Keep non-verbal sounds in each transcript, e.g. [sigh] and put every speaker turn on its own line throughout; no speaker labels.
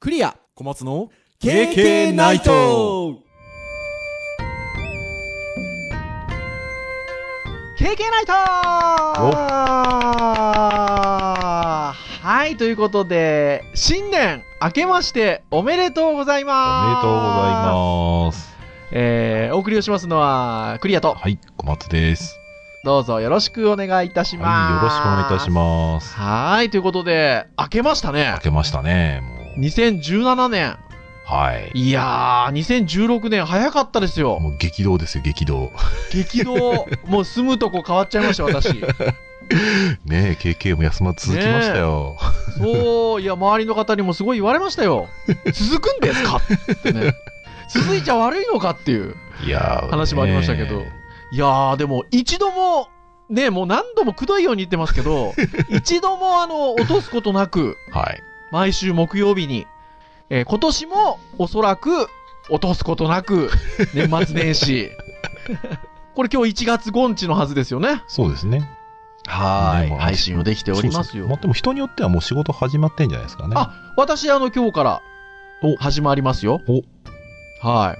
クリア
小松の
KK ナイト
KK ナイトはい、ということで、新年明けましておめでとうござい
おめでとうござい
ま
ます。
す。えー、お送りをしますのは、クリアと、
はい、小松です。
どうぞよろしくお願いいたし
は
ま
い、
す。
よろしくお願いいたします。
はい、ということで、明けましたね
開。けましたね、もう。
2017年。
はい。
いやー、2016年早かったですよ。
もう激動ですよ、激動。 [laughs]
激動。もう住むとこ変わっちゃいました、私。
ねえ、KK も休まず続きましたよ。
そう、いや、周りの方にもすごい言われました
[laughs]
よ。続くんですかってね。続いちゃ悪いのかっていう。
いやー、
話もありましたけど
ね
いやー、でも、一度も、ね、もう何度もくどいように言ってますけ
[laughs]
ど、一度も、あの、落とすことなく、
えはい。
毎週木曜日に、えー今年も、おそらく、落とすことなく、年末年始。これ今日1月5日のはずですよね。
そうですね。
は
ねまあ
配信をできております
そうそう
よ
まあ。でも人によってはもう仕事始まってんじゃないですかね。
あ私、あの、今日から
お、
始まりますよ。
[laughs]
は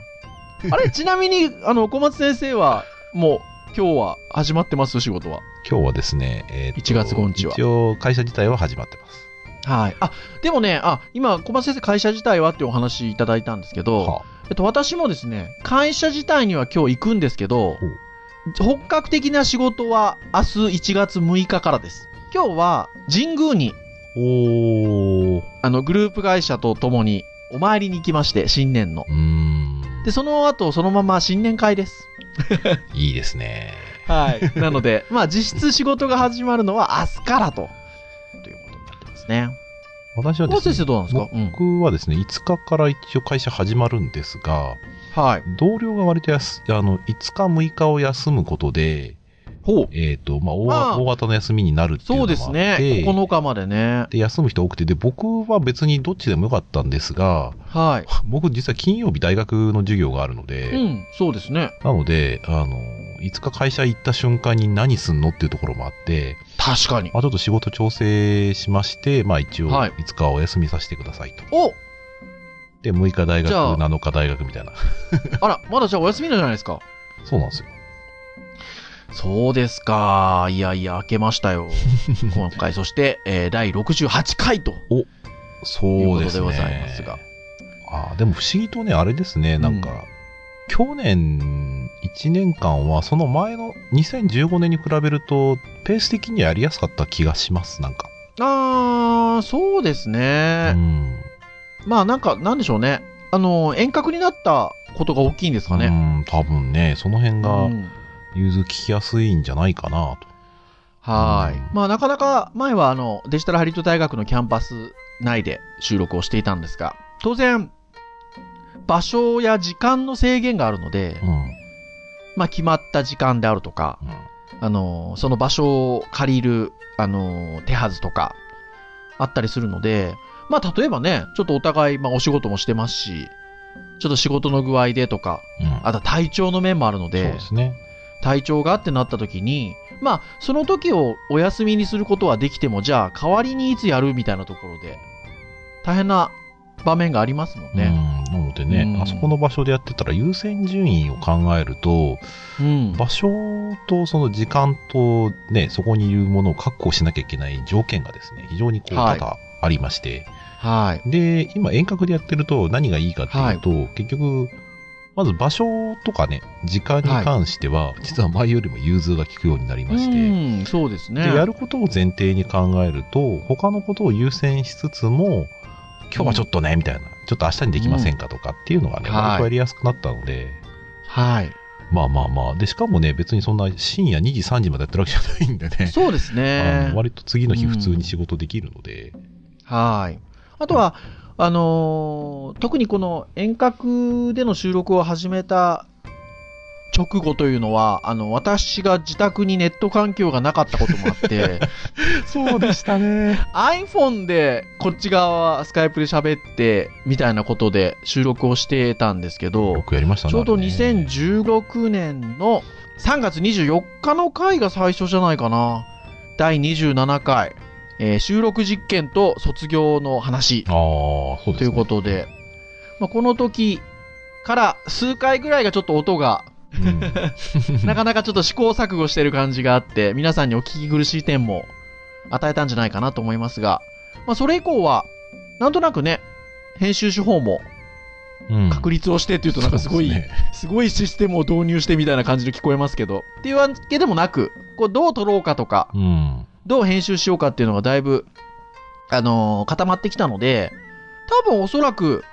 い。あれ、ちなみに、あの、小松先生は、もう、今日は始まってます仕事は。
今日はですね、えーと
1月5日は
一応、会社自体は始まってます。
はい。あ、でもね、あ、今、小松先生、会社自体はってお話いただいたんですけど、
は
えっと、私もですね、会社自体には今日行くんですけど、本格的な仕事は明日1月6日からです。今日は、神宮に、
おー。う
あの、グループ会社と共に、お参りに行きまして、新年の。
ーん。
で、その後、そのまま新年会です。
いいですね。
はい。 [laughs] なので、まあ、実質仕事が始まるのは明日からと、ということになってますね。
私は
小
で
松
す
先生、
ね
どうなんですかうん。
僕はですね、5日から一応会社始まるんですが、
はい。
同僚が割とやすあの5日、6日を休むことで、
ほう。
えっ、と、まあ大
ああ
大型の休みになるっていう
そ
の
う
があ
で
って
すね。9日までね。
で休む人多くて、で、僕は別にどっちでもよかったんですが、 [laughs]
は
僕実は金曜日大学の授業があるの
い。
で、
うん、そうですね。
なので、あの、5日会社行った瞬間に何すんのっていうところもあって、
確かに。
まあ、ちょっと仕事調整しまして、まあ一応
はい
5日はお休みさせてくださいと。
お
で、6日大学、
じゃあ
7日大学みたいな。
あら、まだじゃあお休みなんじゃないですか。
そうなんですよ。
そうですか。いやいや、明けました [laughs] よ。今回、そして、えー、第68回と。
そうですね。
いうことでございますが
ああ、でも不思議とね、あれですね、なんか、
うん
去年1年間は、その前の2015年に比べると、ペース的にはやりやすかった気がします、なんか。
あー、そうです
う
ね。
ん。
まあ、なんか、なんでしょうね。あの、遠隔になったことが大きいんですかね。
うん、多分ね、その辺
う
が、
ん
融通聞きやすいんじゃないかなと。
はい、
うん
まあなかなか前はあのデジタルハリウッド大学のキャンパス内で収録をしていたんですが、当然、場所や時間の制限があるので、
うん。
まあ決まった時間であるとか、
うん
あのーその場所を借りる、あのー手はずとか、あったりするので、まあ例えばね、ちょっとお互い、まあお仕事もしてますし、ちょっと仕事の具合でとか、
うん。
あとは体調の面もあるの
そう
で、
ですね。
体調がってなった時にまあその時をお休みにすることはできてもじゃあ代わりにいつやるみたいなところで大変な場面がありますもんね。
うん。なのでね、
うん
あそこの場所でやってたら優先順位を考えると、
うん
場所とその時間とね、そこにいるものを確保しなきゃいけない条件がですね、非常にこう多
はい
々ありまして、
はい。
で、今遠隔でやってると何がいいかっていうと、結局、まず場所とかね、時間に関しては、実は前よりも融通が利くようになりまして、
うんそうですね。
で、やることを前提に考えると、他のことを優先しつつも、今日はちょっとね、みたいな、ちょっと明日にできませんかとかっていうのがね、
うん
割とやりやすくなったので、
はい。
まあまあまあ。で、しかもね、別にそんな深夜2時、3時までやってるわけじゃないんでね。
そうです
あ
ね
の。割と次の日
うん
普通に仕事できるので。
はい。あとは、あのー特にこの遠隔での収録を始めた直後というのは、あの、私が自宅にネット環境がなかったこともあ [laughs] って、
そうでしたね。
iPhone でこっち側はスカイプで喋ってみたいなことで収録をしてたんですけ
よ
ど、
くやりましたね。
ちょうど
あれね
2016年の3月24日の回が最初じゃないかな。第27回えー収録実験と卒業の話
ああ、そうですね。
ということで、まあ、この時から数回ぐらいがちょっと音が、
うん。
なかなかちょっと試行錯誤してる感じがあって、皆さんにお聞き苦しい点も与えたんじゃないかなと思いますが、まあ、それ以降は、なんとなくね、編集手法も
うん
確立をしてっていうとなんかすごい、
そう
す
ですね
ごいシステムを導入してみたいな感じで聞こえますけど、っていうわけでもなく、こうどう撮ろうかとか、
うん。
どう編集しようかっていうのがだいぶ、あのー固まってきたので、多分おそらく、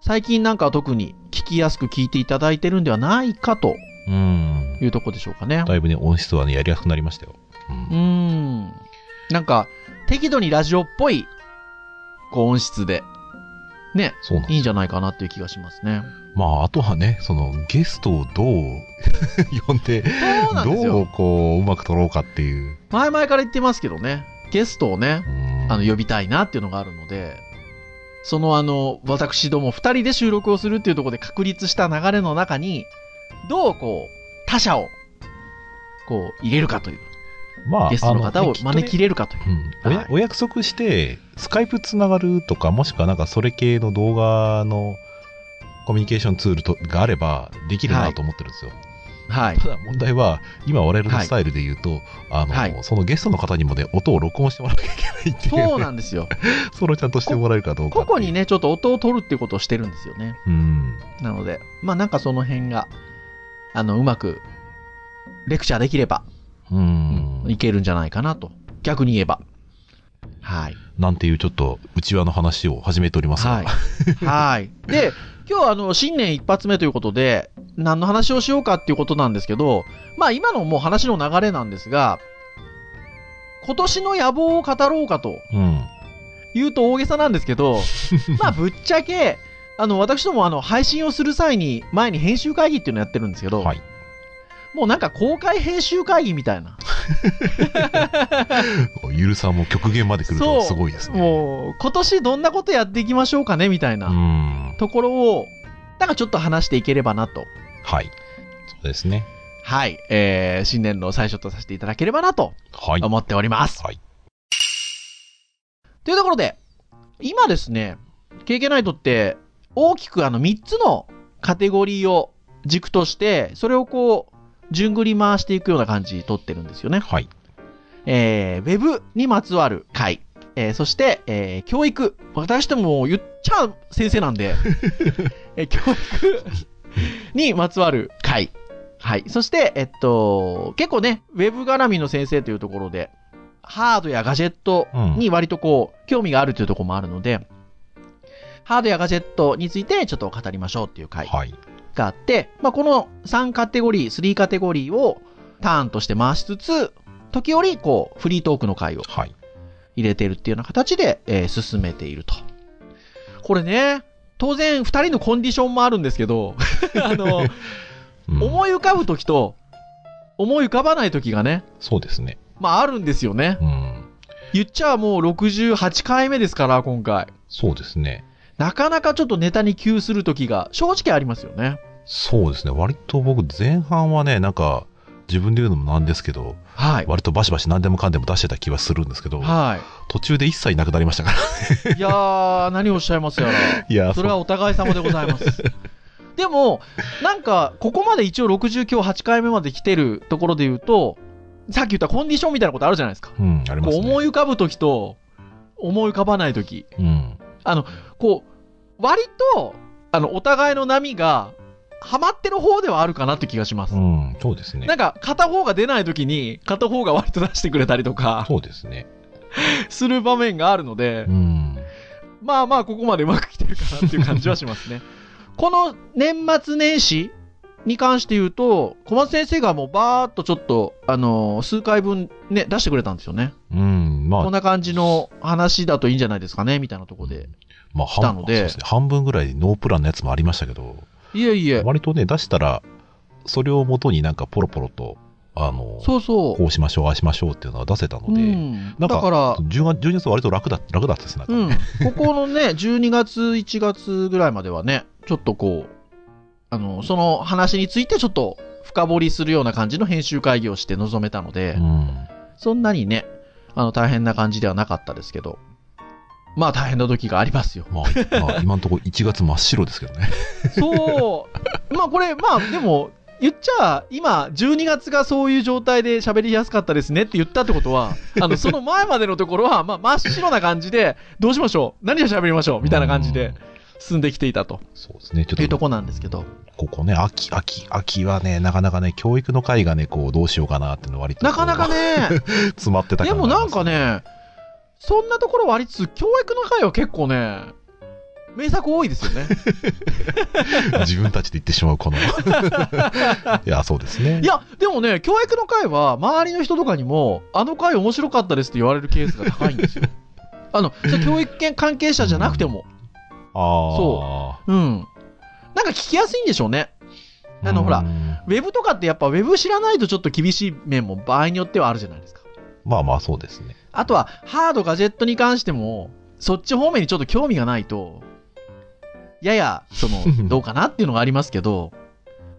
最近なんかは特に聞きやすく聞いていただいてるんではないかと
うん。
いうとこでしょうかね。
だいぶね、音質はね、やりやすくなりましたよ。う
うー
ん。
ん。なんか、適度にラジオっぽい、こう音質で、ね、
そうなんです
いいんじゃないかなっていう気がしますね。
まあ、あとはね、その、ゲストをどう呼んで、
そうなんです
ど
よ
う。こう、うまく撮ろうかっていう。
前々から言ってますけどね、ゲストをね、
うん
あの、呼びたいなっていうのがあるので、そのあの、私ども二人で収録をするっていうところで確立した流れの中に、どうこう、他者を、こう、入れるかという、
まあ、
ゲストの方
あ
を
ねきっとね
招き入れるかという。
うんおや
はい
お約束して、スカイプつながるとか、もしくはなんかそれ系の動画のコミュニケーションツールとがあれば、できる
は
ないと思ってるんですよ。
はい。
ただ問題は、今我々のスタイルで言うと、あの、
はい
そのゲストの方にもね、音を録音してもらわなきゃいけないっていうね、
そうなんです
[laughs]
よ。
それをちゃんとしてもらえるかどうか
個
っていう
々に。ね、ちょっと音を取るってことをしてるんですよね。
うん。
なので、まあなんかその辺が、あの、うまく、レクチャーできれば、
うん。
いけるんじゃないかなと。逆に言えば。はい。
なんていうちょっと、内輪の話を始めておりますが。
はい。はい。で、今日はあの、新年一発目ということで、何の話をしようかっていうことなんですけど、まあ今のもう話の流れなんですが、今年の野望を語ろうかと
[laughs] うん。
言うと大げさなんですけ
[laughs]
ど、まあぶっちゃけ、あの、私どもあの、配信をする際に、前に編集会議っていうのやってるんですけど、
はい
もうなんか公開編集会議みたいな。
ゆるさんも極限まで来ると
そう
すごいですね。
もう、今年どんなことやっていきましょうかねみたいな
うん。
ところを、なんかちょっと話していければなと
はい。そうですね。
はい、えー、新年の最初とさせていただければなと
はい。
思っております。
はい。
というところで、今ですね、KK ナイトって大きくあの3つのカテゴリーを軸として、それをこう、順繰り回していくような感じ取ってるんですよね。
はい。
えー、ウェブにまつわる回。えー、そして、えー、教育。私ども言っちゃ先生なんで、えー教育にまつわる回。はい。そして、えっと、結構ね、ウェブ絡みの先生というところで、ハードやガジェットに割とこう、興味があるというところもあるので、ハードやガジェットについてちょっと語りましょうっていう回
はい。
があって、まあ、この3カテゴリー、3カテゴリーをターンとして回しつつ、時折、こう、フリートークの回を
はい。
入れてるっていうような形で、えー進めていると。これね、当然、2人のコンディションもあるんですけど、 [laughs] あの、
うん
思い浮かぶ時と、思い浮かばない時がね、
そうですね。
まあ、あるんですよね。
うん。
言っちゃもう68回目ですから、今回。
そうですね。
なかなかちょっとネタに急する時が正直ありますよね。
そうですね。割と僕、前半はね、なんか、自分で言うのもなんですけど、
はい。
割とバシバシ何でもかんでも出してた気はするんですけど、
は
途中で一切なくなりましたから。 [laughs]
い。いやー、何をおっしゃいますやら。
いや、
それはお互い様でござい
[laughs]
ます。でも、なんか、ここまで一応60今日8回目まで来てるところで言うと、さっき言ったコンディションみたいなことあるじゃないですか。
う。うん、あり
こ
ま
う
すね。
思い浮かぶときと、思い浮かばないとき。
うん。
こう、割と、あの、お互いの波が、ハマってる方ではあるかなって気がします。
うん、そうですね
な。んか、片方が出ないときに、片方が割と出してくれたりと
[laughs]
か、
そうですね。
する場面があるので
う、ん。
まあまあ、ここまでうまく来てるかなっていう感じはしますね。 [laughs] この年末年始に関して言うと、小松先生がもうバーっとちょっと、あのー数回分ね、出してくれたんですよね。
うん、ま
こん
あ、
な感じの話だといいんじゃないですかね、みたいなところで。
まあ、
な
半
の
分、そう
で
ですね。半分ぐらいノープランのやつもありましたけど、
いえいえ、
割とね、出したら、それを元になんかポロポロと、あの、
そうそ
こうしましょう、ああしましょうっていうのは出せた
う。
の
う
で、
ん、だ
なんか
から、
10月、12月は割と楽だ楽だったですね。
う
なん
ん
かね、
ここのね、12月、1月ぐらいまではね、ちょっとこう、あの、その話についてちょっ [laughs] と深掘りするような感じの編集会議をして臨めたので、
うん。
そんなにね、あの、大変な感じではなかったですけど、まあ大変な時がありますよ。
まあ、まあ今のところ1月真っ白ですけどね。
そう、 [laughs] まあこれ、まあでも、言っちゃ、今、12月がそういう状態で喋りやすかったですねって言ったってことは、あのその前までのところは、まあ、真っ白な感じで、どうしましょう、何を喋りましょうみたいな感じ
う
で
ん
進んできていたと
そうですね。ちょっと
いうとこなんですけど、
ここね、秋、秋、秋はね、なかなかね、教育の会がね、こう、どうしようかなっていうの割と。
なかなか
ね。
ね、
[laughs] 詰まってた
で
感
も
があ
な
り
ん
ま
か。
す
ね、そんなところはありつつ、教育の会は結構ね、名作多いですよね。
[laughs] 自分たちで言ってしま
[laughs]
う、この。いや、そうですね。
いや、でもね、教育の会は、周りの人とかにも、あの会面白かったですって言われるケースが高いんですよ。あの、それ教育系関係者じゃなくても。
あー
そうん。なんか聞きやすいんでしょうね。あの
うん
ほらウェブとかってやっぱウェブ知らないとちょっと厳しい面も場合によってはあるじゃないですか。
まあまあ、そうですね。
あとはハードガジェットに関しても、そっち方面にちょっと興味がないと、やや、その、どうかなっていうのがありますけど、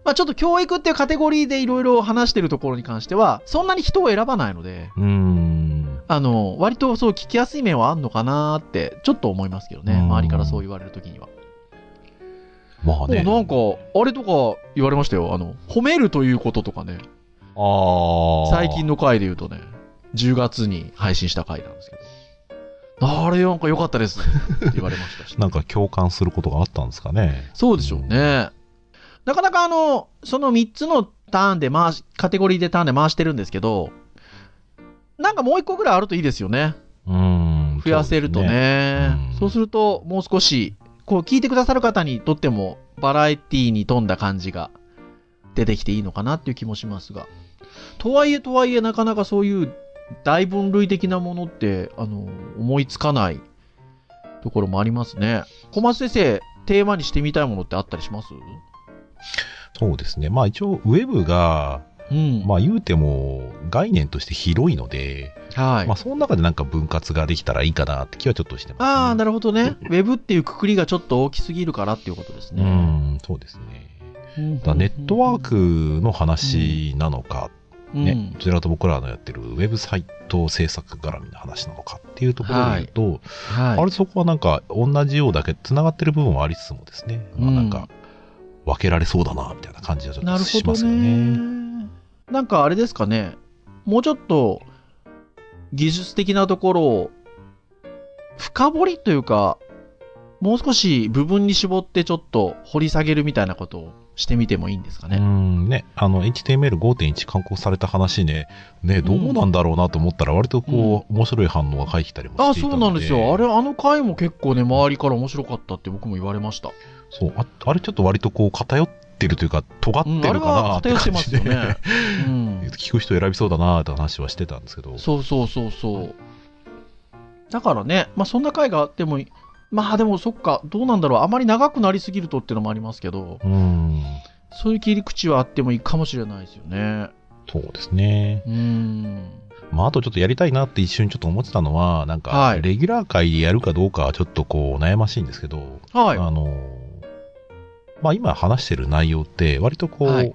まあちょっと教育っていうカテゴリーでいろいろ話してるところに関しては、そんなに人を選ばないので、
うーん。
あの、割とそう聞きやすい面はあんのかなーって、ちょっと思いますけどね、
うん
周りからそう言われるときには。
まあね。
もうなんか、あれとか言われましたよ。あの、褒めるということとかね。
ああ。。
最近の回で言うとね、10月に配信した回なんですけど。あれなんか良かったですねって言われましたし
なんか共感することがあったんですかね。
そうでしょうね。なかなかあの、その3つのターンで回し、カテゴリーでターンで回してるんですけど、なんかもう1個ぐらいあるといいですよね。
うーん。
増やせるとね。そう
うん
すると、もう少し、こう聞いてくださる方にとっても、バラエティに富んだ感じが出てきていいのかなっていう気もしますが。とはいえ、とはいえ、なかなかそういう大分類的なものって、あの、思いつかないところもありますね。小松先生、テーマにしてみたいものってあったりします
そうですね。まあ一応、ウェブが、
うん。
まあ言うても、概念として広いので、
はい。
まあその中でなんか分割ができたらいいかなって気はちょっとしてます、ね。
ああ、なるほどね。ウェブっていうくくりがちょっと大きすぎるからっていうことです
う
ね。
ん、そうですね。だからネットワークの話なのか、
ク
ね、どちらとも僕らのやってるウェブサイト制作絡みの話なのかっていうところで言うと、
はい。
あれそこはなんか同じようだけ繋がってる部分はありつつもですね、まあ
うん
なんか分けられそうだなみたいな感じはちょっ
な
と
るほ
し
ど
ますよ
ね
ね。
なんかあれですかね、もうちょっと技術的なところを深掘りというか、もう少し部分に絞ってちょっと掘り下げるみたいなことをしてみてもいいんですか
う
ね。
んね、あの HTML5.1 刊行された話ね、ね、どうなんだろうなと思ったら割とこう、面白い反応が返ってきたりも
あ、
してい
そ
たので。
うなんですよ。あれ、あの回も結構ね、周りから面白かったって僕も言われました。
そうああれちょっと割とこう偏ってるというか尖っ
うん、
て
あれ
るかな
は
って
偏って
感
ます
じで、
よね。うん、
[laughs] 聞く人選びそうだなって話はしてたんですけど
そうそうそうそう。だからね、まあそんな回があってもいい、まあでもそっか、どうなんだろう、あまり長くなりすぎるとっていうのもありますけど、
うーん
そういう切り口はあってもいいかもしれないですよね。
そうですね、
うーん。
まあ、あとちょっとやりたいなって一瞬ちょっと思ってたのはなんか、
はい
レギュラー会でやるかどうかはちょっとこう悩ましいんですけど、
はい。
あのまあ今話してる内容って割とこう、
はい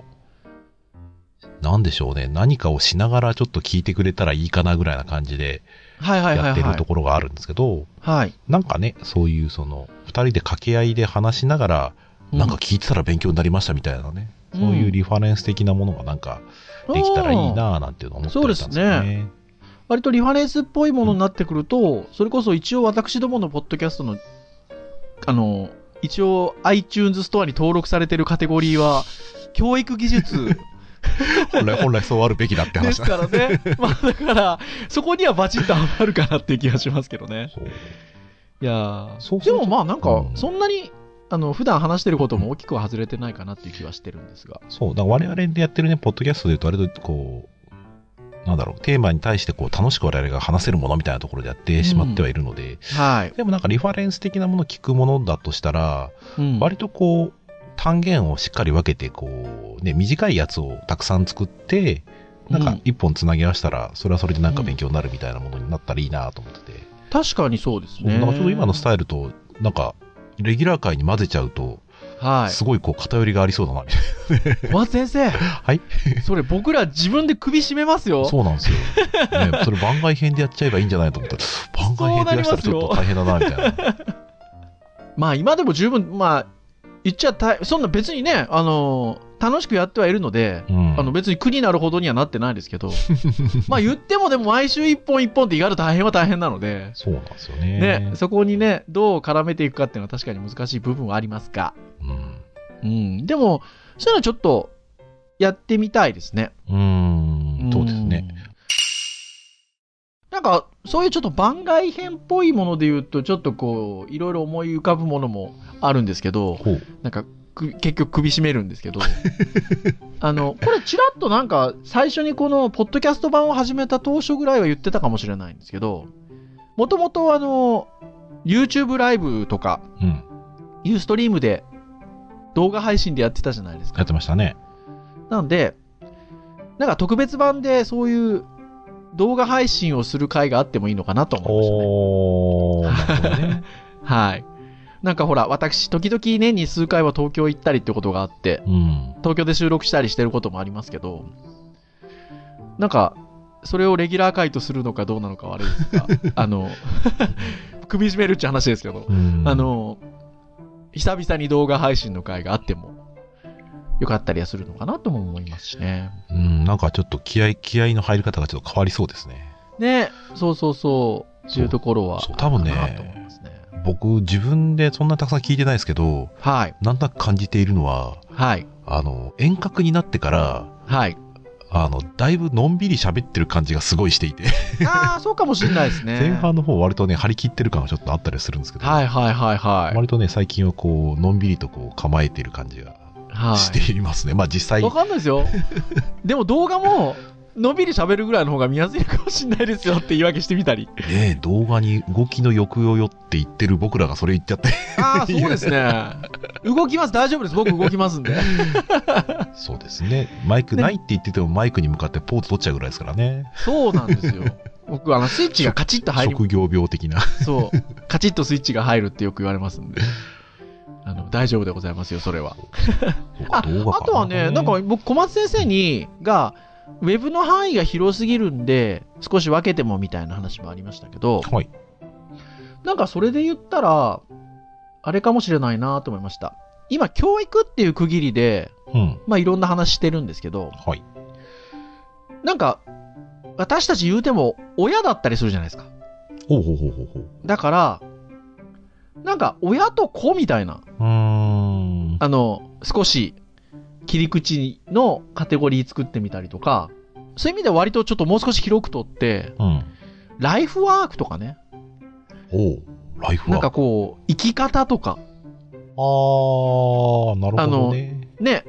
なんでしょうね何かをしながらちょっと聞いてくれたらいいかなぐらいな感じで
はいはいは
や
い
って
は
ると
い。
ころがあるんですけど、
はい。
なんかね、そういうその、二人で掛け合いで話しながら、なんか聞いてたら勉強になりましたみたいなね、
うん
そういうリファレンス的なものがなんかできたらいい
あー
なぁなんていうのを思ってたんです
そ
よ
うです
ね。
割とリファレンスっぽいものになってくると、それこそ一応私どものポッドキャストの、あの、一応 iTunes ストアに登録されてるカテゴリーは、教育技術
本来、本来そうあるべきだって
で
話
す
だ。
からね。
[laughs]
まあだから、そこにはバチッとはまるかなっていう気がしますけどね。
そう
いやー
そうす
で
ると
もまあなんか
う、ん
そんなに、あの、普段話してることも大きくは外れてないかなっていう気はしてるんですが。
そう、だから我々でやってるね、ポッドキャストで言うと、あれとこう、なんだろう、テーマに対してこう楽しく我々が話せるものみたいなところでやってしまってはいるので、
はい。
でもなんかリファレンス的なものを聞くものだとしたら、
うん
割とこう、単元をしっかり分けて、こう、ね、短いやつをたくさん作って、なん
う
か
ん
一本つなぎ合わせたら、それはそれでなんか勉強になるみたいなものになったらいいなと思ってて、
確かにそうです
そう
ね。
なんかちょうど今のス
イ
タイルと、なんか、レギュラー界に混ぜちゃうと、
は
すごいこう偏りがありそうだなみたい [laughs]
い。小松先生、
な。はい [laughs]
それ僕ら自分で首絞めますよ。
そうなんですよ。 [laughs] ね、それ番外編でやっちゃえばいいんじゃないと思ったら、番外編でやしたらちょっと大変だな、みたいな。
まあ今でも十分、まあ、言っちゃたい、そんな別にね、あのー楽しくやってはいるので、
うん、 [laughs]
あの別に苦になるほどにはなってないですけど、 [laughs] まあ言ってもでも毎週一本一本って意外と大変は大変なので、
そうなんですよね。
ね、そこにね、どう絡めていくかっていうのは確かに難しい部分はありますが、う
うん。
ん、でも、そういうのはちょっとやってみたいですね。
うーん、そうですね。
うん。なんか、そういうちょっと番外編っぽいもので言うと、ちょっとこう、いろいろ思い浮かぶものもあるんですけど、
ほう。
なんか、く結局首絞めるんですけど、 [laughs] あの、これちらっとなんか、最初にこの、ポッドキャスト版を始めた当初ぐらいは言ってたかもしれないんですけど、もともとあの、YouTube ライブとか、
うん。
ユーストリームで動画配信でやってたじゃないですか
やっ。てましたね。
なので、なんか特別版でそういう動画配信をする回があってもいいのかなと思いましたね。
おー、なるほどね。
はい。なんかほら、私、時々年に数回は東京行ったりってことがあって、
うん。
東京で収録したりしてることもありますけど、なんか、それをレギュラー回とするのかどうなのかはあれです
[laughs]
が、あの、 [laughs] 首絞めるっちゅう話ですけど、
うん
あ、の、久々に動画配信の回があっても、よかったりはするのかなとも思いますしね。
うん、なんかちょっと気合、気合の入り方がちょっと変わりそうですね。
ね、そうそうそう、っていうところは、
そう多分ね
あるかなと思いますね。
僕、自分でそんなたくさん聞いてないですけど、
はい、
なんとなく感じているのは、
はい、
あの、遠隔になってから、 [laughs]
はい。
あの、だいぶのんびり喋ってる感じがすごいしていて、
ああ、そうかもしれないですね。
前半の方割とね、張り切ってる感がちょっとあったりするんですけど、
はいはいはいはい。
割とね、最近はこう、のんびりとこう、構えてる感じが
は
していますね。まあ実際
い。わ、、かんないです [laughs] よ。でも動画も、のんびり喋るぐらいの方が見やすいかもしれないですよって言い訳してみたり。
ね、動画に動きの抑揚よって言ってる僕らがそれ言っちゃって、
[laughs] ああ、そうですね。動きます、大丈夫です。僕動きますん [laughs] で。
そうですね。マイクないって言ってても、マイクに向かってポーズ取っちゃうぐらいですからね。
そうなんですよ。僕、あの、スイッチがカチッと入り
職業病的な。
そう。カチッとスイッチが入るってよく言われますんで。あの、大丈夫でございますよ、それは。
そう
あ、
か
あ
動画
とはね、なんか
うん
僕、小松先生に、が、ウェブの範囲が広すぎるんで、少し分けてもみたいな話もありましたけど、
はい。
なんかそれで言ったら、あれかもしれないなと思いました。今、教育っていう区切りで、
うん。
まあいろんな話してるんですけど、
はい。
なんか、私たち言うても親だったりするじゃないですか。
ほうほうほうほうほう。
だから、なんか親と子みたいな
うーん。
あの、少し切り口のカテゴリー作ってみたりとか、そういう意味では割とちょっともう少し広くとって、
うん。
ライフワークとかね、
おうライフ
なん
ワー
か
ク。
こう、生き方とか、
あー、なるほどね。
ね、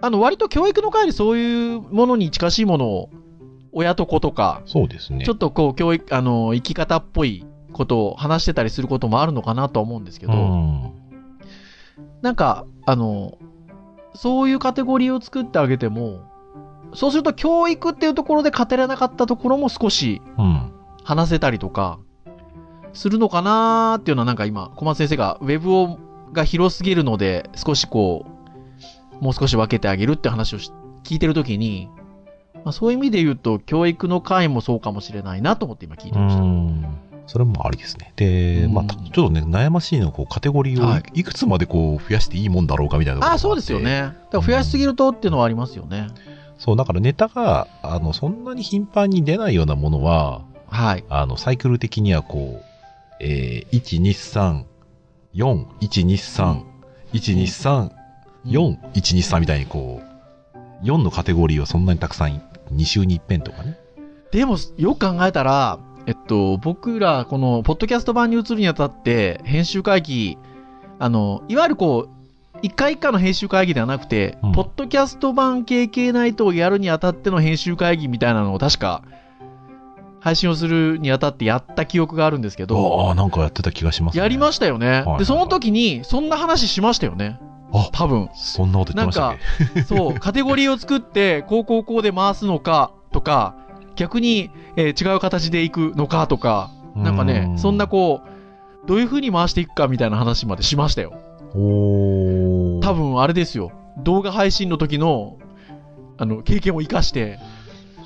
あの、割と教育の会でそういうものに近しいものを、親と子とか、
そうですね。
ちょっとこう、教育、あの、生き方っぽいことを話してたりすることもあるのかなとは思うんですけど、
うん。
なんか、あの、そういうカテゴリーを作ってあげても、そうすると教育っていうところで語れなかったところも少し
うん。
話せたりとか、するのかなーっていうのはなんか今、小松先生が Web をが広すぎるので、少しこう、もう少し分けてあげるって話をし聞いてるときに、まあ、そういう意味で言うと、教育の回もそうかもしれないなと思って今聞いうてました。
ん。それもありですね。で、まあ、
うん
たちょっとね、悩ましいのはこう、カテゴリーを
はい
いいくつまでこう、増やしていいもんだろうかみたいなとこ
あ
ろがあ
あ、
って
そうですよ。ね。だから増やしすぎるとっていうのはありますよね。
そう、だからネタが、あの、そんなに頻繁に出ないようなものは、
はい。
あの、サイクル的にはこう、えー、1、2、3、4、1、2、3、1、2、3、4、1、2、3みたいにこう、4のカテゴリーをそんなにたくさん、2週に一遍とかね。
でも、よく考えたら、えっと、僕ら、この、ポッドキャスト版に移るにあたって、編集会議、あの、いわゆるこう、一回一回の編集会議ではなくて、
うん
ポッドキャスト版 KK ナイトをやるにあたっての編集会議みたいなのを確か、配信をするにあたってやった記憶があるんですけど、
ああ、なんかやってた気がしますね。
やりま
し
したよね。
いはい
で、その時に、そんな話しましたよね。
あ
多分。
そんなこと言ってましたっけ
そう、カテゴリーを作って、こうこうこうで回すのかとか、逆に、えー違う形でいくのかとか、なんかね、そんなこう、どういう風に回していくかみたいな話までしましたよ。
うおー
多分あれですよ動画配信の時のあの経験を生かして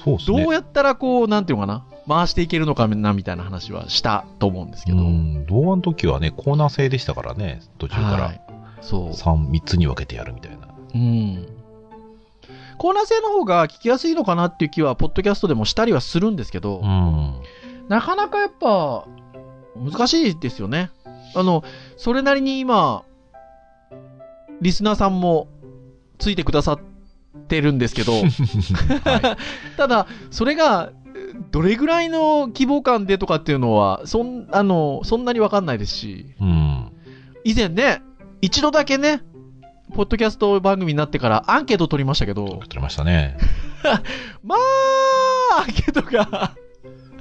そうです
ど
ね
うやったらこう、なんていうのかな回していけるのかなみたいな話はしたと思うんですけど、
うん童話の時はねコーナー制でしたからね途中か
は
ら
い、そ
3, 3つに分けてやるみたい
う、
な
うん、コーナー制の方が聞きやすいのかなっていう気はポッドキャストでもしたりはするんですけど、
うん
なかなかやっぱ難しいですよねあのそれなりに今リスナーさんもついてくださってるんですけど
は
ただそれがどれぐらいの規模感でとかっていうのはそんあのそんなに分かんないですし
い、うん
以前ね一度だけねポッドキャスト番組になってからアンケート取りましたけど
取れましたね
まあアンケートが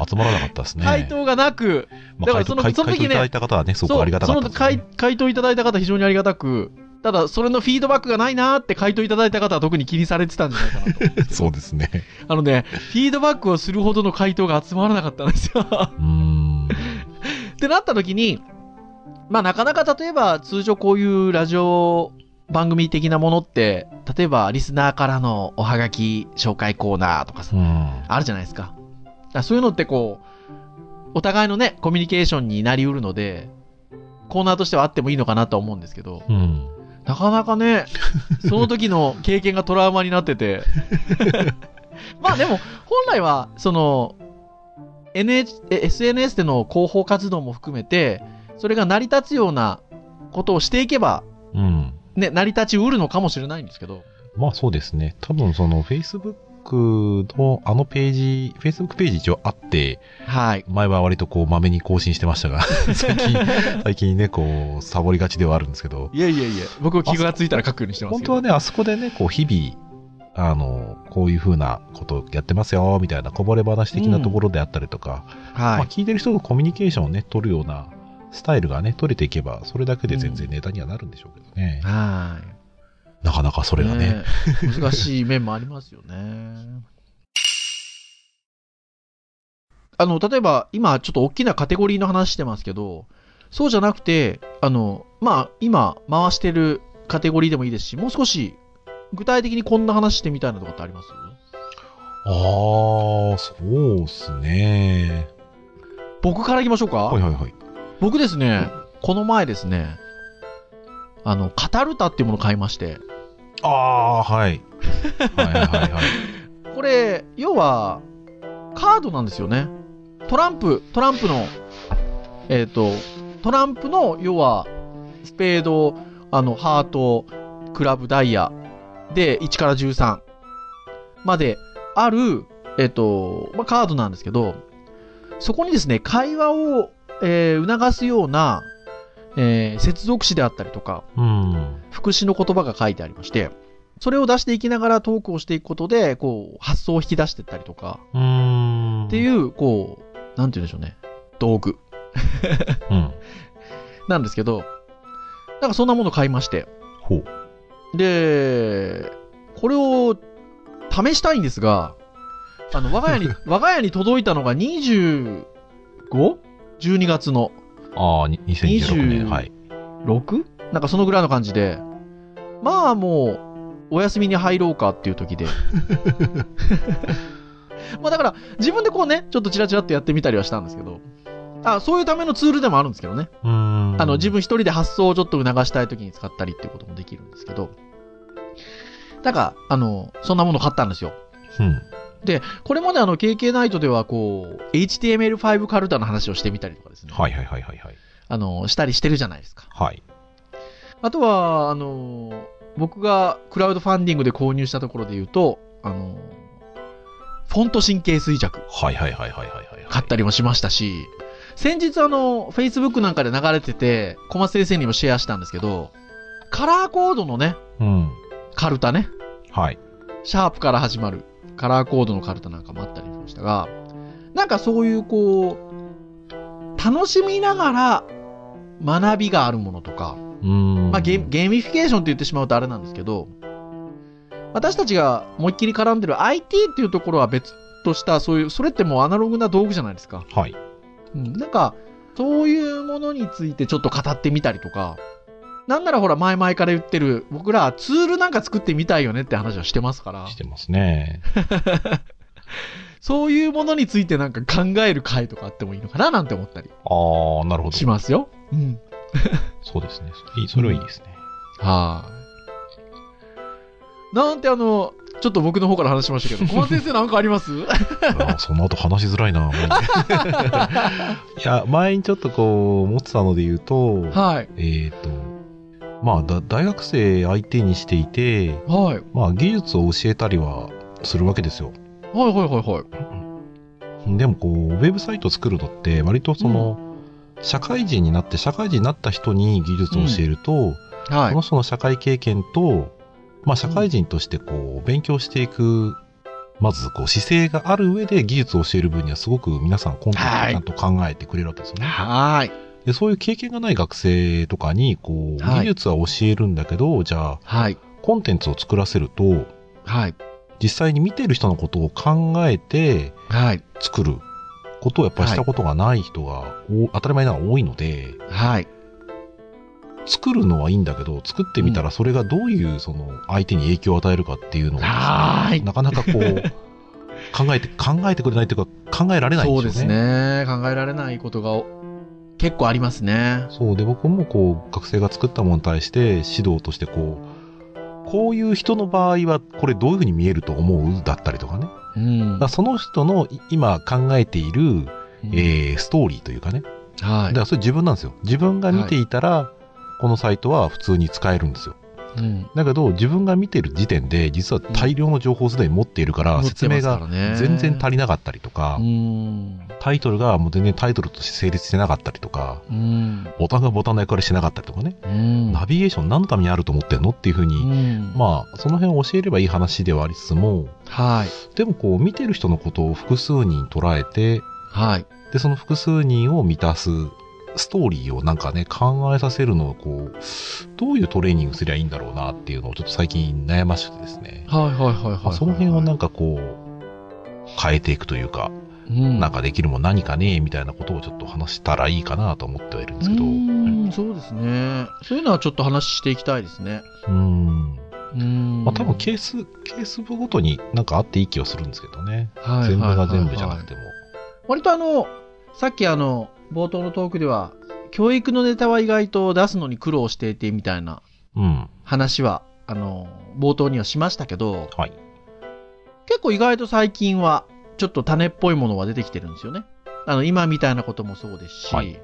集まらなかったですね
回答がなく、
ま
だ
あ、
から
回答
その
回
その時ね
回答いただいた方はねすごくありがたかったです、
そうそ
ね
の、回回答いただいた方非常にありがたくただそれのフィードバックがないなーって回答いただいた方は特に気にされてたんじゃないかなと
[laughs] そうですね
あのねフィードバックをするほどの回答が集まらなかったんですよ [laughs]
うーん
ってなった時にまあなかなか例えば通常こういうラジオ番組的なものって例えばリスナーからのおはがき紹介コーナーとかさ
うん
あるじゃないですか。だからそういうのってこう、お互いのね、コミュニケーションになりうるので、コーナーとしてはあってもいいのかなとは思うんですけど、
うん
なかなか [laughs] ね、その時の経験がトラウマになってて。 [laughs] まあでも、本来は、その、NH、え SNS での広報活動も含めて、それが成り立つようなことをしていけば、
うん
ね、成り立ちうるのかもしれないんですけど。
まあそうですね。多分その Facebook のあのページ、Facebook ページ一応あって、
はい。
前は割とこうまめに更新してまし
[laughs]
たが、最近、最近ね、こう、サボりがちではあるんですけど、
いやいやいや、僕は気がついたら書くようにしてます
本
け
当
ど。
はね、あそこでね、こう日々、あの、こういう風なことやってますよ、みたいなこぼれ話的なところであったりとか、
は
まあ、聞いてる人とコミュニケーションをね、取るようなスタイルがね、取れていけば、それだけで全然ネタにはなるんでしょうけどね。
はい。
なかなかそれがね、
え難しい面もありますよね。あの例えば今ちょっと大きなカテゴリーの話してますけどそうじゃなくてあのまあ今回してるカテゴリーでもいいですしもう少し具体的にこんな話してみたいなとかってあります
ああ、そうっすね。
僕からいきましょうか、
はいはいはい。
僕ですねこの前ですねあのカタルタっていうものを買いまして
ああー、
[laughs]
はい。はいはいはい。
これ要はカードなんですよねトランプトランプのえっ、とトランプの要はスペードあのハートクラブダイヤで1から13まであるえっ、と、まあ、カードなんですけどそこにですね会話を、えー促すような、えー接続詞であったりとか
うん。
副詞の言葉が書いてありまして、それを出していきながらトークをしていくことで、こう、発想を引き出していったりとか、
うーん。
って
う。
いう、こう、なんて言うんでしょうね、道具
うん。
なんですけど、なんかそんなもの買いまして、
ほう。
で、これを試したいんですが、あの、我が家に、我が家に届いたのが 25?12 月の
ああ、に2016年。
20
はい。
6? なんかそのぐらいの感じで、まあもう、お休みに入ろうかっていう時
[laughs]
で。まあだから、自分でこうね、ちょっとチラチラっとやってみたりはしたんですけど、あそういうためのツールでもあるんですけどね。
うーん。
あの、自分一人で発想をちょっと促したい時に使ったりっていうこともできるんですけど、なんか、あの、そんなもの買ったんですよ。
うん。
これまであの、KK ナイトではこう、HTML5 カルタの話をしてみたりとかですね。
はいはいはいはいはい。
あの、したりしてるじゃないですか。
はい。
あとは、あのー僕がクラウドファンディングで購入したところで言うと、あのーフォント神経衰弱
はいはいはいはいはいはい。
買ったりもしましたし、先日あの、Facebook なんかで流れてて、小松先生にもシェアしたんですけど、カラーコードのね、
うん。
カルタね、
はい。
シャープから始まるカラーコードのカルタなんかもあったりしましたが、なんかそういうこう、楽しみながら学びがあるものとか、
うーん。
まあ、ゲーゲーミフィケーションって言ってしまうとあれなんですけど、私たちが思いっきり絡んでる IT っていうところは別とした、そういう、それってもうアナログな道具じゃないですか。
はい。
うん、なんか、そういうものについてちょっと語ってみたりとか、なんならほら、前々から言ってる、僕らツールなんか作ってみたいよねって話はしてますから
し、てますね。
そういうものについてなんか考える会とかあってもいいのかななんて思ったり
ああ、なるほど。
しますよ。うん。
そうですね。いいそれはいいですね。
はい。なんてあの、ちょっと僕の方から話しま [laughs] したけど、小松先生なんかあります
あーその後話しづらいな。も [laughs] ういや、前にちょっとこう、持ってたので言うと、
はい。
えっ、と、まあだ、大学生相手にしていて、
はい。
まあ、技術を教えたりはするわけですよ。
はいはいはいはい。
でもこう、ウェブサイト作るのって、割とその、社会人になって、社会人になった人に技術を教えると、
は
そ
い。
の人の社会経験と、まあ、社会人としてこう、勉強していく、まずこう、姿勢がある上で技術を教える分にはすごく皆さんコンテンツを
はい
ちゃんと考えてくれるわけですよね。
はーい。
でそういう経験がない学生とかに、こう、
はい
技術は教えるんだけど、じゃあ、
はい。
コンテンツを作らせると、
はい。
実際に見てる人のことを考えて、
はい。
作ることをやっぱりしたことがない人がお、当たり前ながら多いので
はい。
作るのはいいんだけど作ってみたらそれがどういうその相手に影響を与えるかっていうのをですね、
はーい
なかなか
[laughs]
こう考えて考えてくれないというか考えられないん
そ
で
う
すよね。
ですね。考えられないことが結構ありますね。
そうで僕もこう学生が作ったものに対して指導としてこうこういう人の場合はこれどういうふうに見えると思うだったりとかね
うん
だから。その人のい今考えている、えーストーリーというかね
は
だからそれ自分なんですよ。自分が見ていたら、このサイトは普通に使えるんですよ。
い。うん。
だけど、自分が見てる時点で、実は大量の情報をすでに持っているから、
持って
説
ま
明
すか
が
らね
全然足りなかったりとか、
うん。
タイトルがもう全然タイトルとして成立してなかったりとか、
うん。
ボタンがボタンの役割してなかったりとかね、
うん。
ナビゲーション何のためにあると思ってんのっていうふうに、
うん
まあ、その辺を教えればいい話ではありつつも、
はい。
でもこう、見てる人のことを複数人捉えて、
はい。
で、その複数人を満たすストーリーをなんかね、考えさせるのをこう、どういうトレーニングすりゃいいんだろうなっていうのをちょっと最近悩ましくてですね。
はいはいはい
ま
は
あ
い。
その辺をな
なん
かこう、変えていくというか、
うん
なんかできるもん何かね、みたいなことをちょっと話したらいいかなと思ってはいるんですけど。
う
うん
ん、そうですね。そういうのはちょっと話していきたいですね。
うん。
うん。
まあ多分ケース、ケース部ごとになんかあっていい気はするんですけどね。
はい
全部が全部じゃ
は
な
いはいは
く
い
ても。
割とあの、さっきあの、冒頭のトークでは、教育のネタは意外と出すのに苦労していてみたいな
うん。
話は、あの、冒頭にはしましたけど、
はい。
結構意外と最近は、ちょっと種っぽいものは出てきてるんですよね。あの、今みたいなこともそうですし、
はい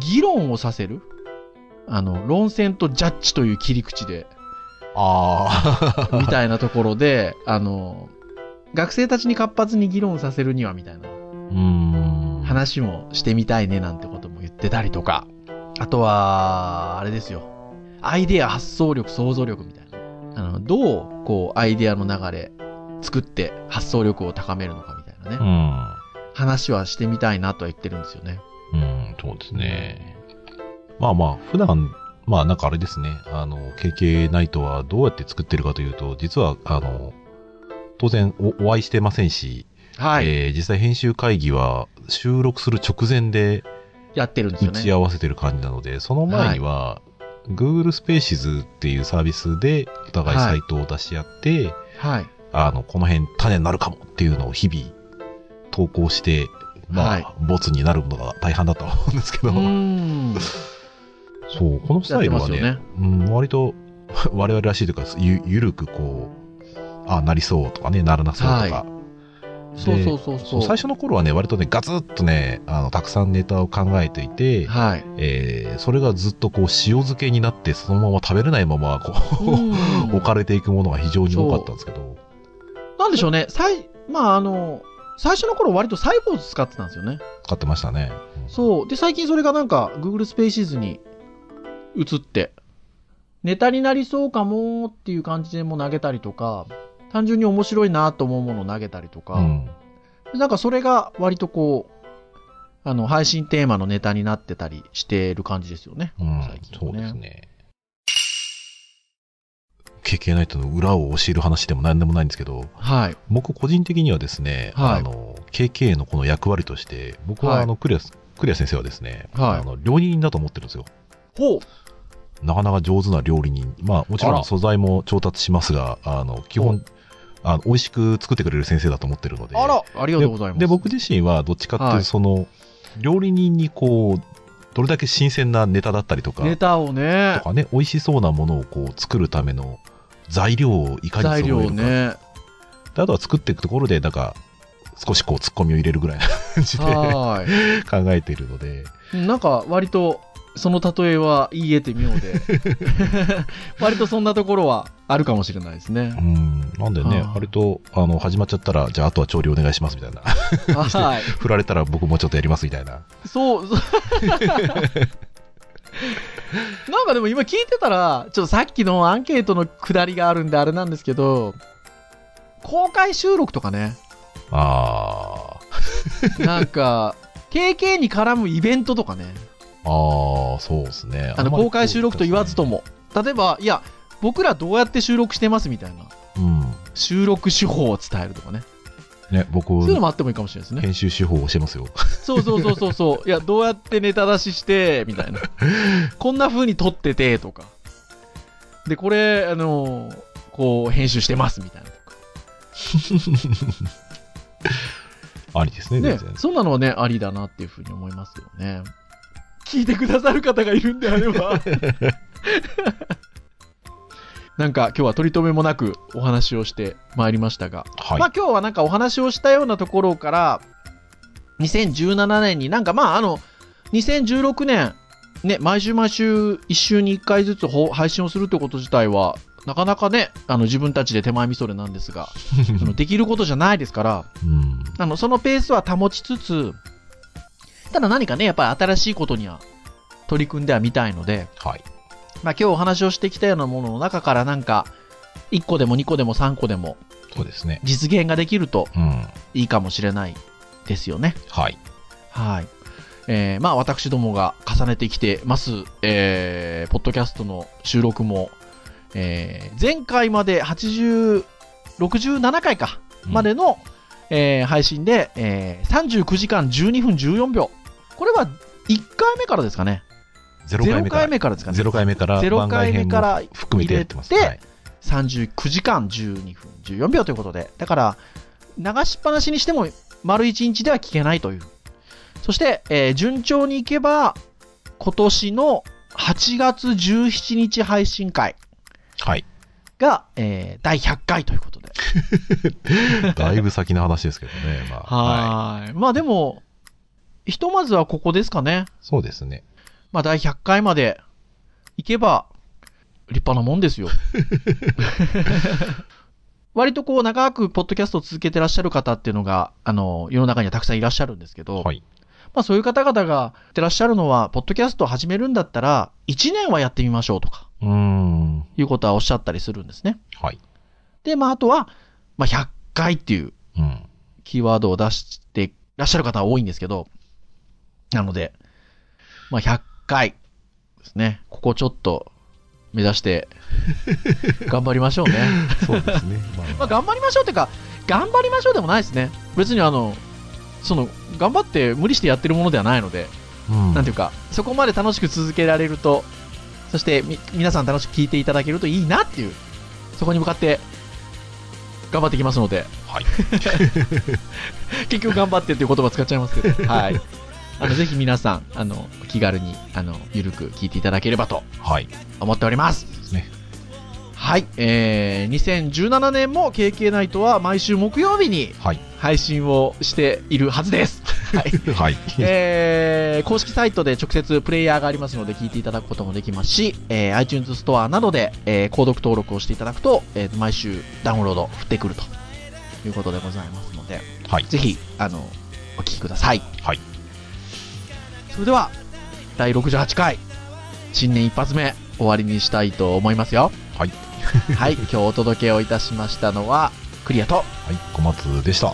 議論をさせる、あの、論戦とジャッジという切り口で、
あ
みたいなところで、あの、学生たちに活発に議論させるにはみたいな
あ。うん。
話もしてみたいねなんてことも言ってたりとか、あとは、あれですよ。アイデア、発想力、想像力みたいな。あの、どう、こう、アイデアの流れ、作って発想力を高めるのかみたいなね。
うん。
話はしてみたいなとは言ってるんですよね。
うん、そうですね。まあまあ、普段、まあなんかあれですね、あの、KK ナイトはどうやって作ってるかというと、実は、あの、当然おお会いしてませんし、
はい。
えー実際編集会議は収録する直前で
やってるんです
打
よね。
ち合わせてる感じなので、その前には、Google Spaces っていうサービスでお互いサイトを出し合って、 [laughs]
はい。
あの、この辺種になるかもっていうのを日々投稿して、まあ、
はい
ボツになるのが大半だとは思うんですけ
う
ど、
ーん。
そう、このス
やっ
タイ
て
ル
ま
は
すよ
ね、
ね。
うん、割と [laughs] 我々らしいというか、ゆゆるくこう、あなりそうとかね、ならなそうとか、
はそうそうそう
そ
そうう。
最初の頃はね、割とね、ガツッとね、あのたくさんネタを考えていて、 [laughs]
はい。
えーそれがずっとこう、塩漬けになって、そのまま食べれないまま、こう、
うん
置かれていくものが非常に多かったんですけど、
なんでしょうね。最、まああの、最初の頃割とサイボーズ使ってたんですよね。
使ってましたね。うん
そう。で、最近それがなんか Google Spaces に移って、ネタになりそうかもっていう感じでも投げたりとか、単純に面白いなと思うものを投げたりとか、
うん
なんかそれが割とこう、あの、配信テーマのネタになってたりしてる感じですよね。
うん
最近
そう
はね
ですね。KK ナイトの裏を教える話でも何でもないんですけど、
はい。
僕個人的にはですね、
はい
あの KK のこの役割として僕は
はい
あのクリアス、クリア先生はですね、
はい
あの料理人だと思ってるんですよ
ほう。
なかなか上手な料理人。まあ、もち
あ
ろ
ら
ん素材も調達しますが、あの、基本、あの美味しく作ってくれる先生だと思ってるので。
あら、ありがとうございます。
で、僕自身はどっちかってい
は
う
い
と、その、料理人にこう、どれだけ新鮮なネタだったりとか、
ネタをね
と、かね、美味しそうなものをこう作るための材料をいかに
材
揃
料
え
を
るか、 [laughs]
ね。
であとは作っていくところで、なんか、少しこう、ツッコミを入れるぐらいな感じで考
は
えているので、
ーい。なんか、割と、その例えは言い得て妙で、 [laughs] 割とそんなところはあるかもしれないです
う
ね。
ん、なんでね
あー、
割と、あの、始まっちゃったら、じゃあ、あとは調理お願いしますみたいな、 [laughs]
はい。
振られたら僕もうちょっとやりますみたいな。
そう、 [laughs] そうなんかでも今聞いてたら、ちょっとさっきのアンケートのくだりがあるんであれなんですけど、公開収録とかね、
あ
なん [laughs] か、KK に絡むイベントとかね、
ー、あー、そうですね。
あの公開収録と言わずとも、例えば、いや、僕らどうやって収録してますみたいな、
あんまりこ
収録手法を伝えるとかね、
う。うん。ね、僕、
そういうのもあってもいいかもしれないですね。
編集手法をしてますよ。
そうそうそうそうそう、いや、どうやってネタ出しして、みたいな。こんな風に撮ってて、とか。で、これ、あのーこう、編集してます、みたいなとか。
ありですね、
ね
全然、
そんなのはね、ありだなっていう風に思いますけどね。聞いてくださる方がいるんであれ
[laughs]
ば。なんか今日は取り留めもなくお話をしてまいりましたが、
はい。
まあ今日はなんかお話をしたようなところから、2017年になんかまああの、2016年、ね、毎週毎週1週に1回ずつほ配信をするってこと自体は、なかなかね、あの自分たちで手前味噌でなんです
[laughs]
が、そのできることじゃないですから、
うん。
あの、そのペースは保ちつつ、ただ何かね、やっぱり新しいことには取り組んではみたいので、
はい。
まあ今日お話をしてきたようなものの中からなんか、1個でも2個でも3個でも
そうですね。
実現ができると
うん。
いいかもしれないですよね。
はい。
はい。えーまあ私どもが重ねてきてます、えーポッドキャストの収録も、えー前回まで80、67回か、
うん
までの、えー配信で、えー39時間12分14秒。これは1回目からですかね。
ゼロ回
0
目か
回
ら。
目からですかね
ゼ。ロ回目から。
ゼロ回目から
番外編も含めてやってます。
入れて
はい
39時間12分14秒ということで、だから、流しっぱなしにしても、丸1日では聞けないという。そして、えー順調にいけば、今年の8月17日配信会
はい。
が、えー第100回ということで。
だいぶ先の話ですけどね。まあ、はい。
[laughs] はーい。まあでも、ひとまずはここですかね。
そうですね。
まあ第100回までいけば、立派なもんです
[laughs]
よ。割とこう長くポッドキャストを続けてらっしゃる方っていうのが、あの、世の中にはたくさんいらっしゃるんですけど、
はい。
まあそういう方々がやってらっしゃるのは、ポッドキャストを始めるんだったら、1年はやってみましょうとか、
うーん。
いうことはおっしゃったりするんですね。
はい。
で、まああとは、まあ100回っていう
うん。
キーワードを出していらっしゃる方は多いんですけど、なので、まあ、100回ですね。ここちょっと目指して
[laughs]
頑張りましょうね。
そうですね。
[laughs] まあ、頑張りましょうっていうか、頑張りましょうでもないですね。別にあの、その、頑張って無理してやってるものではないので、
うん
なんていうか、そこまで楽しく続けられると、そしてみ皆さん楽しく聞いていただけるといいなっていう、そこに向かって頑張っていきますので、
はい
結局頑張ってっていう言葉使っちゃいます
[laughs]
けど、はい、あのぜひ皆さん、あのお気軽にあのゆるく聞いていただければと
はい。
思っております。
ですね。
はい、えー、2017年も KK ナイトは毎週木曜日に
はい。
配信をしているはず
[laughs]
です。はい
はい。
[laughs] えー公式サイトで直接プレイヤーがありますので聞いていただくこともできますし、えー iTunes ストアなどで、えー購読登録をしていただくと、えー毎週ダウンロード降ってくるということでございますので、
はい。
ぜひ、あの、お聞きください。
はい。
それでは、第68回、新年一発目、終わりにしたいと思いますよ。
はい。
[laughs] はい、今日お届けをいたしましたのは、クリアと、
はい。小松でした。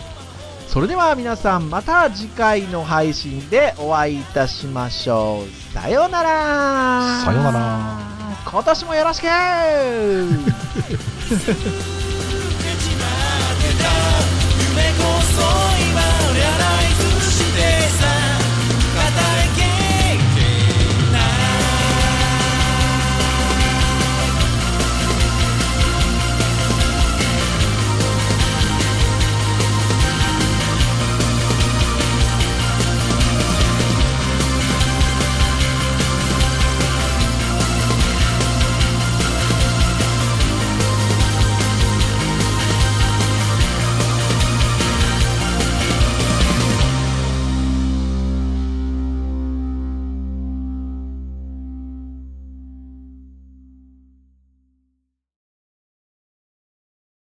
それでは皆さんまた次回の配信でお会いいたしましょう。さようなら
さようなら
今年もよろしく